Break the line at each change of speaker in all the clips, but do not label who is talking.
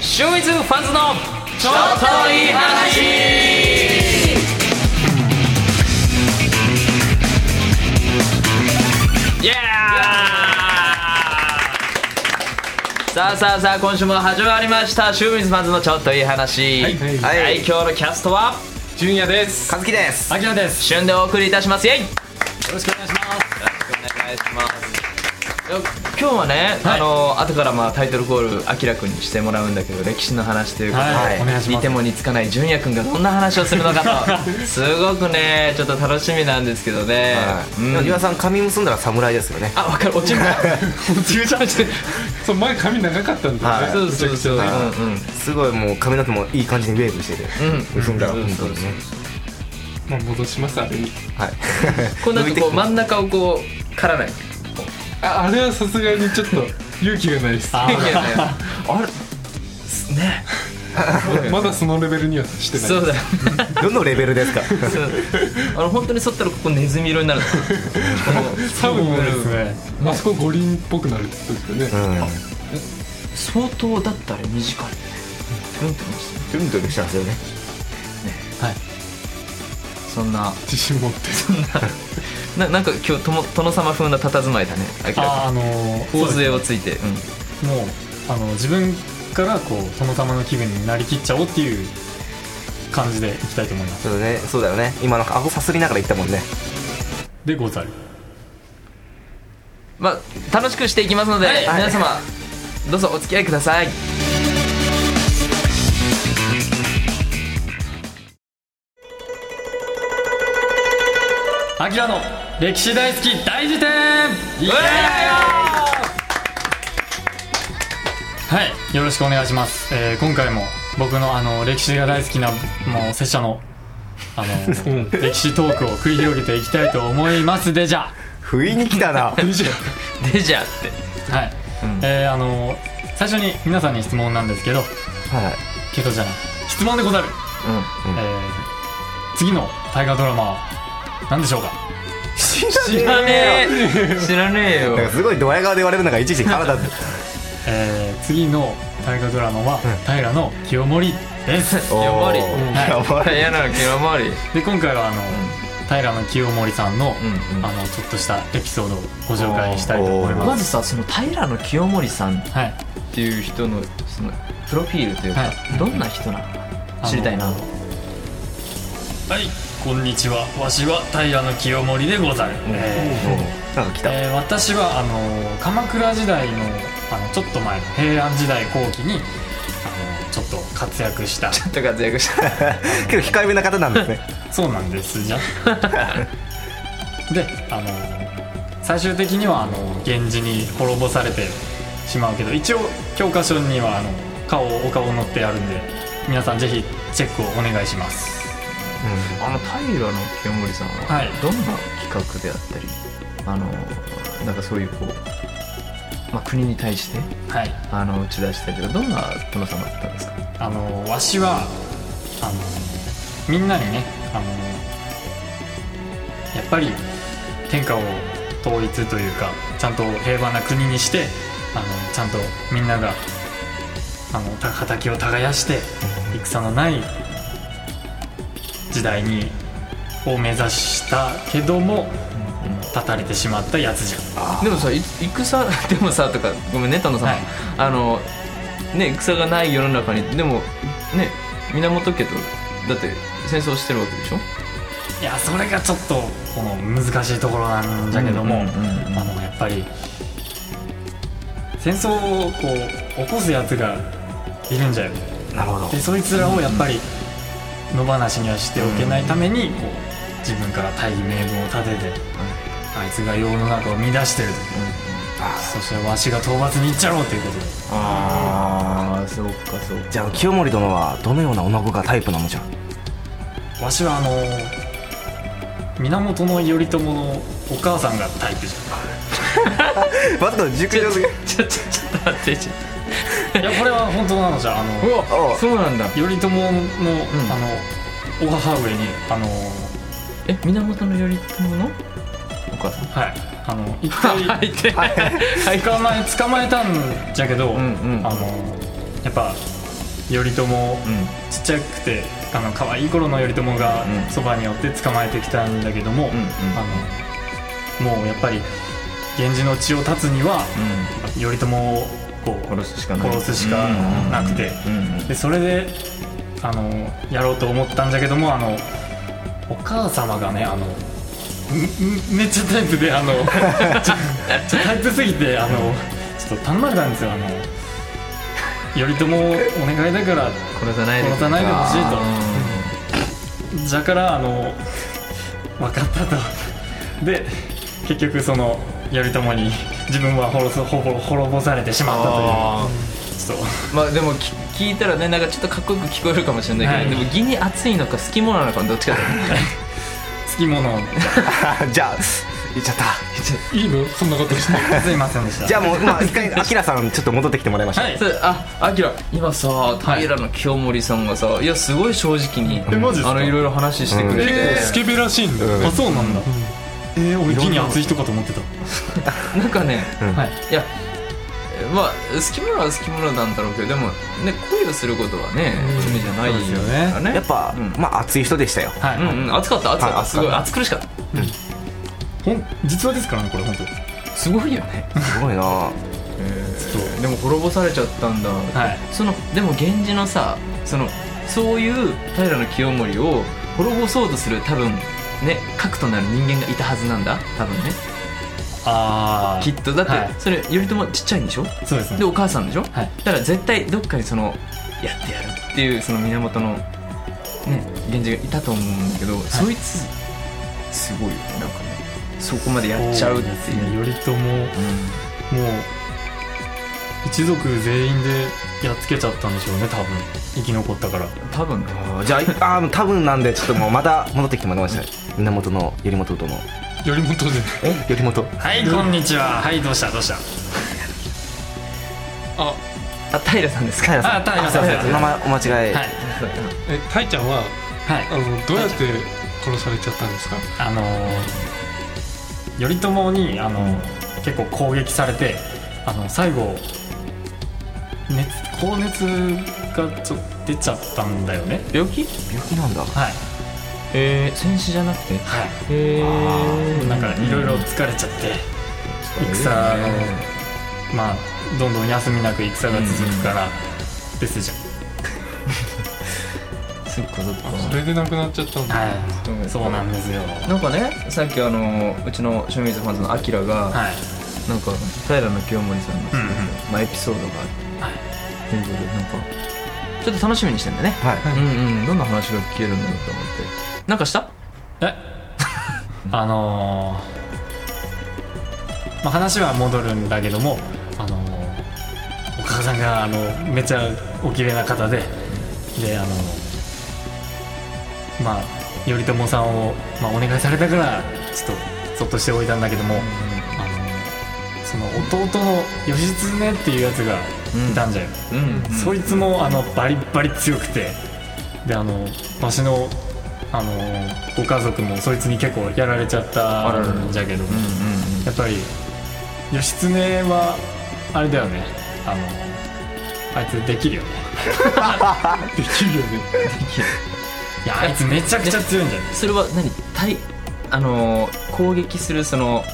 ファンズのちょっといい話イエーさあさあさあ今週も始まりました「シューミズマンズのちょっといい話」
は
はいい、
はい
今日のキャストは
純也です。
和樹です
あきらです。
旬でお送りいたしますイエイよ
よろしくお願いします。
ろしくお願いします今日はね、
はい
あの後からまあタイトルコールあきらくんにしてもらうんだけど歴史の話ということで、
はいお願いします
似ても似つかない純也くんがどんな話をするのかとすごくねちょっと楽しみなんですけどね、
はい、
うん
でも岩さん髪結んだら侍ですよね
あわかる落ちる
もうちゃんして、そう前髪長かったんだ
はい
よね。
そうそうそう、
め
うん
ちゃくちゃ
うん
すごいもう髪の毛もいい感じにウェーブしてて、
うん
結んだら
う
本
ん
当にね
まあ戻しますあれに。
はい
こん なとこう真ん中をこう刈らない
ああれはさすがにちょっと勇気がないです。
あ れすね
まだそのレベルには達してない。
そう だよね
どのレベルで すか
そうあの本当に剃ったらここネズミ色になるの
多分ですね。あそこ五輪っぽくなるってことです
う
よね。
ん
相当だったら短いうんってましたね
トゥルントゥルンしてますよね
そん な
自信持って。
ななんか今日とも殿様風な佇まいだね明らか
あーあの
に
ー
大杖をついてうん
もうあの自分からこう殿様の気分になりきっちゃおうっていう感じでいきたいと思います
ちょっとねそうだよね今なんか顎さすりながら言ったもんね
でござる
まあ楽しくしていきますので、皆様どうぞお付き合いください
あきらの歴史大好き大辞典イエーイはいよろしくお願いします、えー今回も僕のあの歴史が大好きなもう拙者のあの ー歴史トークを繰り広げていきたいと思いますでじゃ
不意に来 たな
でじゃあって
あはい、えーあのー最初に皆さんに質問なんですけど
はい
けどじゃない質問でござる
うん
えー次の大河ドラマは何でしょうか
知らねえ知らねえよ
なんかすごいドヤ顔で言われるのがいちいち腹立つ
えー次の大河ドラマは平の清盛です、
お ー
やばり
やばり
嫌なの極まり
で今回はあの、平の清盛さんの,、
うんうん
あのちょっとしたエピソードをご紹介したいと思い
ま
ます
ずさその平野清盛さんっ
はい
ていう人のそのプロフィールというか、
はい
どんな人なのか知りたいな、
あのはいこんにちはわしは平の清盛でござる、えー
なんか来た、
えー私はあの鎌倉時代のあのちょっと前の平安時代後期にあのちょっと活躍した
と活躍した
結構控えめな方なんですね
そうなんですじゃであの最終的にはあの源氏に滅ぼされてしまうけど一応教科書にはあの顔お顔載ってあるんで皆さんぜひチェックをお願いします
あの平野清盛さんは、
はい
どんな企画であったりあのなんかそういうこう、まあ、国に対して
はい
あの打ち出したりとかどんな殿様だったんですか
あのわしはあのみんなにねあのやっぱり天下を統一というかちゃんと平和な国にしてあのちゃんとみんながあのた畑を耕して戦のない時代にを目指したけども断たれてしまったやつじゃん
でもさい戦 でもさとかごめんね殿様、
はい
あのね戦がない世の中にでもね源家とだって戦争してるわけでしょ
いやそれがちょっとこの難しいところなんだけども、
うんうんうん
あのやっぱり戦争をこう起こすやつがいるんじゃよ
なるほど
でそいつらをやっぱり野放しにはしておけないためにこう自分から大義名分を立てて、あいつが世の中を乱してると、そしてわしが討伐に行っちゃろうということで
ああそうかそうか
じゃあ清盛殿はどのような女子がタイプなのじゃ
わしはあの源頼朝のお母さんがタイプじ
まずこの熟女すぎ
ちょちょちょっと待ってちょ
ゃんいやこれは本当なのじゃあの
うわ
あ
そうなんだ
頼朝の、
ん
あのお母上にあの
え源頼朝のお母さん
はいあの一回
いて
捕まえ捕まえたんじゃけど、
うんうん
あのやっぱ頼朝を
うん
ちっちゃくてあの可愛い頃の頼朝が
うん
そばに寄って捕まえてきたんだけども、
うんうん
あのもうやっぱり源氏の血を断つには
う
頼朝をこ
ん、殺すしかない
殺すしかなくて
うんうんうん
うでそれであのやろうと思ったんじゃけどもあのお母様がねあのんんめっちゃタイプであの ちょちょタイプすぎてあのちょっと頼まれたんですよあの頼朝お願いだから
殺さないで
殺さないでほしいと。
う
じゃからあの分かったとで結局その頼朝に自分は滅ぼ滅ぼ滅ぼされてしまった
あ
というちょっ
ーまあでもき聞いたらねなんかちょっとかっこよく聞こえるかもしれないけど、
はい
でも義に熱いのか好き者なのかどっちかだよね
とつきもの
じゃあ言っちゃった
いいのそんなことして
すいませんでした
じゃあもうまあ一回アキラさんちょっと戻ってきてもらいましょう、
はい
そうああきら今さ平の清盛さんがさいやすごい正直に
えマジっすか
あのいろいろ話してくれて、
え
スケベらしいんだよ、
あそうなんだ、えー、俺木に熱い人かと思ってた
なんかね
はい
いやまあ好き者は好き者なんだろうけどでもね恋をすることはね罪じゃない
そうですよね
からね
やっぱ、
うん
まあ熱い人でしたよ
はい、
うんうん暑かった暑かっ
は
た
い
すごい暑苦しかった
ほん実話ですからねこれ本当
すごいよね
すごいな
そう
でも滅ぼされちゃったんだ、
はい
そのでも源氏のさそのそういう平清盛を滅ぼそうとする多分ね核となる人間がいたはずなんだ多分ね
ああ
きっとだって、
はい
それ頼朝ちっちゃいんでしょ
そうですね
でお母さんでしょ、
はい
だから絶対どっかにそのやってやるっていうその源のね源氏がいたと思うんだけど、そいつすごいよねなんかねそこまでやっちゃうって
そ
いう
うですね頼朝もう一族全員でやっつけちゃったんでしょうね多分生き残ったから
多分ね
じゃああー多分なんでちょっともうまた戻ってきてもらいました源の頼元殿
よりも当然
え頼元
はいこんにちははいどうしたどうした
あ
あ平さんですか
平さん
あ平さん
お名前お間違い、
はい
えタイちゃんは
はい
あのどうやって殺されちゃったんですか
あのー頼朝にあのー結構攻撃されてあの最後熱高熱がちょっと出ちゃったんだよね
病気
病気なんだ
はい
えー、戦死じゃなくて
はい
え
なんかいろいろ疲れちゃって、戦の、まあどんどん休みなく戦が続くから、ですじゃん
そっかそっか
それで亡くなっちゃったんだ、
はい、
うん
そうなんですよ
なんかねさっきあのうちの清水ファンズのアキラが、
はい
なんか平清盛さんの、
うんうん
まあ、エピソードがある
はい
ということでなんかちょっと楽しみにしてんだね
はい
うんうんどんな話が聞けるんだろうと思ってなんかした
え あのーまあ、話は戻るんだけども、あのーお母さんがあのめちゃお綺麗な方でであのまあ頼朝さんを、まあ、お願いされたからちょっとそっとしておいたんだけども、あのーその弟の義経っていうやつがいたんじゃよ、
うん、
そいつもあのバリバリ強くてであのわしのあのご家族もそいつに結構やられちゃったんじゃけど
うん
やっぱり義経はあれだよねあのあいつできる よねできるよね いやあいつめちゃくちゃ強いんじゃない
それは何対あのー攻撃するその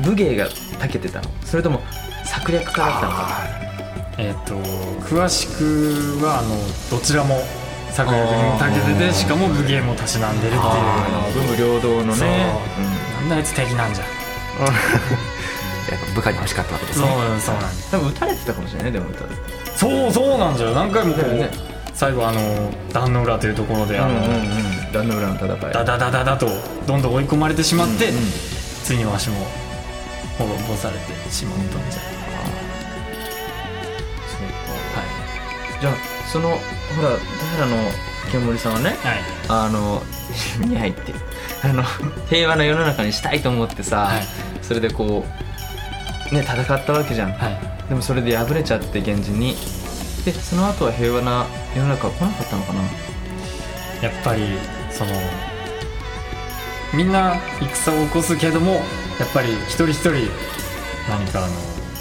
武芸が長けてたのそれとも策略家だったのか
えっ、と詳しくはあのどちらも策略に長けててしかも武芸もたしなんでるっていう
あー文武両道のね
そうなんだあいつ敵なんじゃ
やっぱ部下に欲しかったわけです
そう
ね
そうなん
うん、多分打たれてたかもしれないねでも打たれて
そうそうなんじゃよ何回もこ
だよ
う、
ね
最後あの壇ノ浦というところであ
うん
の、
うんうん壇ノ浦の戦い
ダダダダダとどんどん追い込まれてしまって、
うんうん
ついにわしも滅ぼされてしまったんじゃ、は
じゃあそのほら平の清盛さんはね
い
あの に入ってあの 平和な世の中にしたいと思ってさ、
はい
それでこうね戦ったわけじゃん、
はいはい
でもそれで敗れちゃって源氏にでその後は平和な世の中は来なかったのかな
やっぱりそのみんな戦を起こすけどもやっぱり一人一人何かあの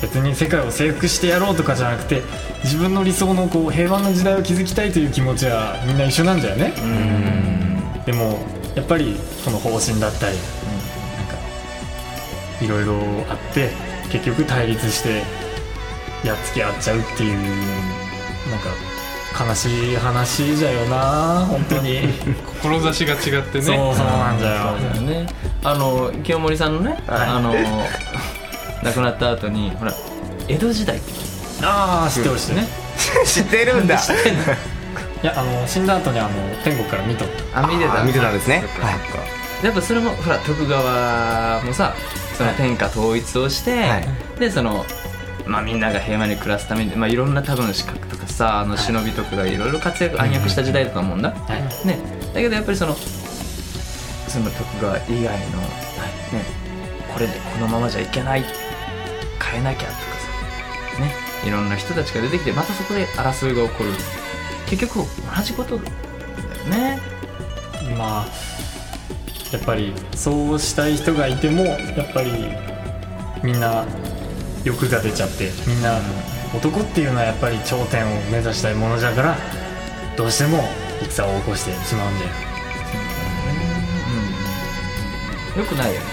別に世界を征服してやろうとかじゃなくて自分の理想のこう平和な時代を築きたいという気持ちはみんな一緒なんだよね、でもやっぱりその方針だったり、なんかいろいろあって結局対立してやっつけ合っちゃうっていうなんか悲しい話じゃよな本 当に
志が違って
そう
ね
そうなんだよ
そうだよねあの清盛さんのね、あの 亡くなった後にほら江戸時代って
ああ知ってほしいね
ね
知ってるんだ
いやあの死んだ後にあの天国から見とった
あ見てた
あ見てたんですね
そっか
はい
やっぱそれもほら徳川もさその天下統一をして、
はい
でそのまあみんなが平和に暮らすために、まあ、いろんな多分資格とかさあの忍びとかがいろいろ活躍暗躍した時代だと思うんだ、
はい
ね、だけどやっぱりそのその徳川以外の、ね、これでこのままじゃいけない変えなきゃとかさ、ね、いろんな人たちが出てきてまたそこで争いが起こる結局同じことだよね
まあやっぱりそうしたい人がいてもやっぱりみんな欲が出ちゃってみんな男っていうのはやっぱり頂点を目指したいものじゃからどうしても戦を起こしてしまうんだよ
うんよくないよね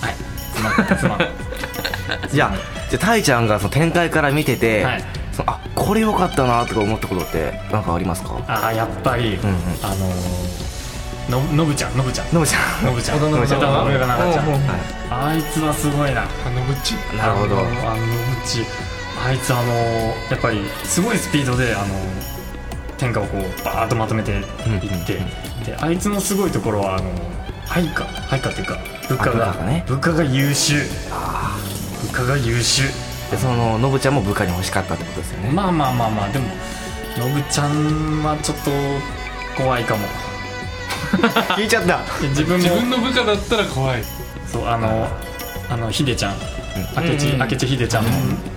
はいすまんすまん
じゃあじゃあたいちゃんがその展開から見てて、
はい
そのあこれ良かったなとか思ったことってなんかありますか
ああやっぱり、
んうん
あのーののぶちゃんのぶちゃん
のぶちゃん
のぶちゃん
織田信長
織田信長ちゃん
うんうん
あいつはすごいな
あのぶっち
なるほど
あのあのうちあいつあのやっぱりすごいスピードであの天下をこうバーッとまとめていって、
うんうん
であいつのすごいところはあの配下配下っていうか部下
あ部下
が、
がね
部下が優秀部下が優秀
でそののぶちゃんも部下に欲しかったってことですよね、
まあまあまあまあでものぶちゃんはちょっと怖いかも
聞いちゃった
で自分も
自分の部下だったら怖い
そうあのあのヒデちゃん、明智明智ヒデちゃん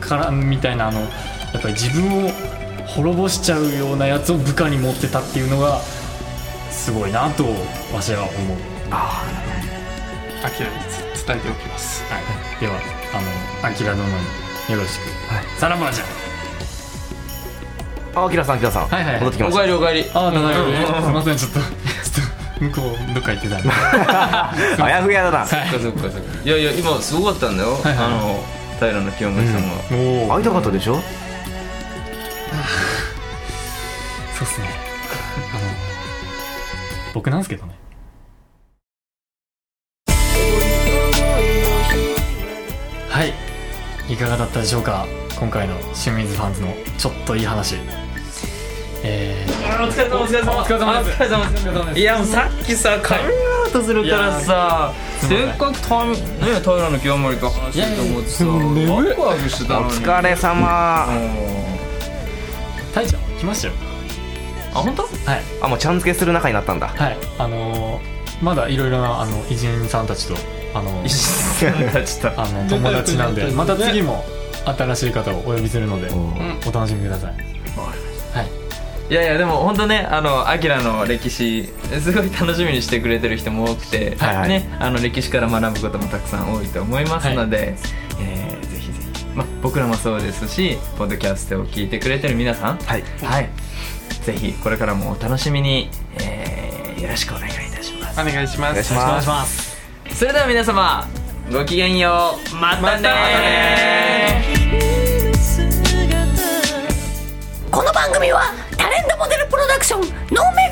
からみたいなあのやっぱり自分を滅ぼしちゃうようなやつを部下に持ってたっていうのがすごいなとわしは思う、
アキラに伝えておきます
はい、ではあのアキラ殿によろしく、
はい
さらばじゃ
ああきらさんあきらさん、
はいはいはい
戻ってきま
お
した
かえりおかえり
ああただいまねすいませんちょっとちょっと向こうどっか行ってたんで
あやふやだな、
そっかそっかそっかいやいや今すごかったんだよ、
いはい
あの平野清盛さんが、
お
会いたかったでしょ
そうっすねあの僕なんですけどねはいいかがだったでしょうか今回の清水ファンズのちょっといい話え
お疲れ様お疲れ様
お疲れ様です
お疲れ様です
ー、
いやもうさっきさカミングアウトするからさ
いやー
せっかくたね平野清盛と話してると思ってさワクワクしてた
お
のに
疲れ
あ
様、
ー
タイちゃん来ましたよ
あ本当
はい
あもうちゃん付けする仲になっ たんだ
はいあのー、まだいろいろなあの偉人さんたちとあの
一緒に立ちた
あの友達なんでまた次も新しい方をお呼びするので お楽しみくださいはい
いやいやでも本当ねあのアキラの歴史すごい楽しみにしてくれてる人も多くて、
はいはい
ねあの歴史から学ぶこともたくさん多いと思いますので、えーぜひぜひ、ま、僕らもそうですしポッドキャストを聞いてくれてる皆さん
はい
はいぜひこれからもお楽しみに、えーよろしくお願いいたします
お願いし
お
ま
願い
す
します
ます
それでは皆様ごきげんようまたねー
またね
この番組はタレントモデルプロダクションノーメイ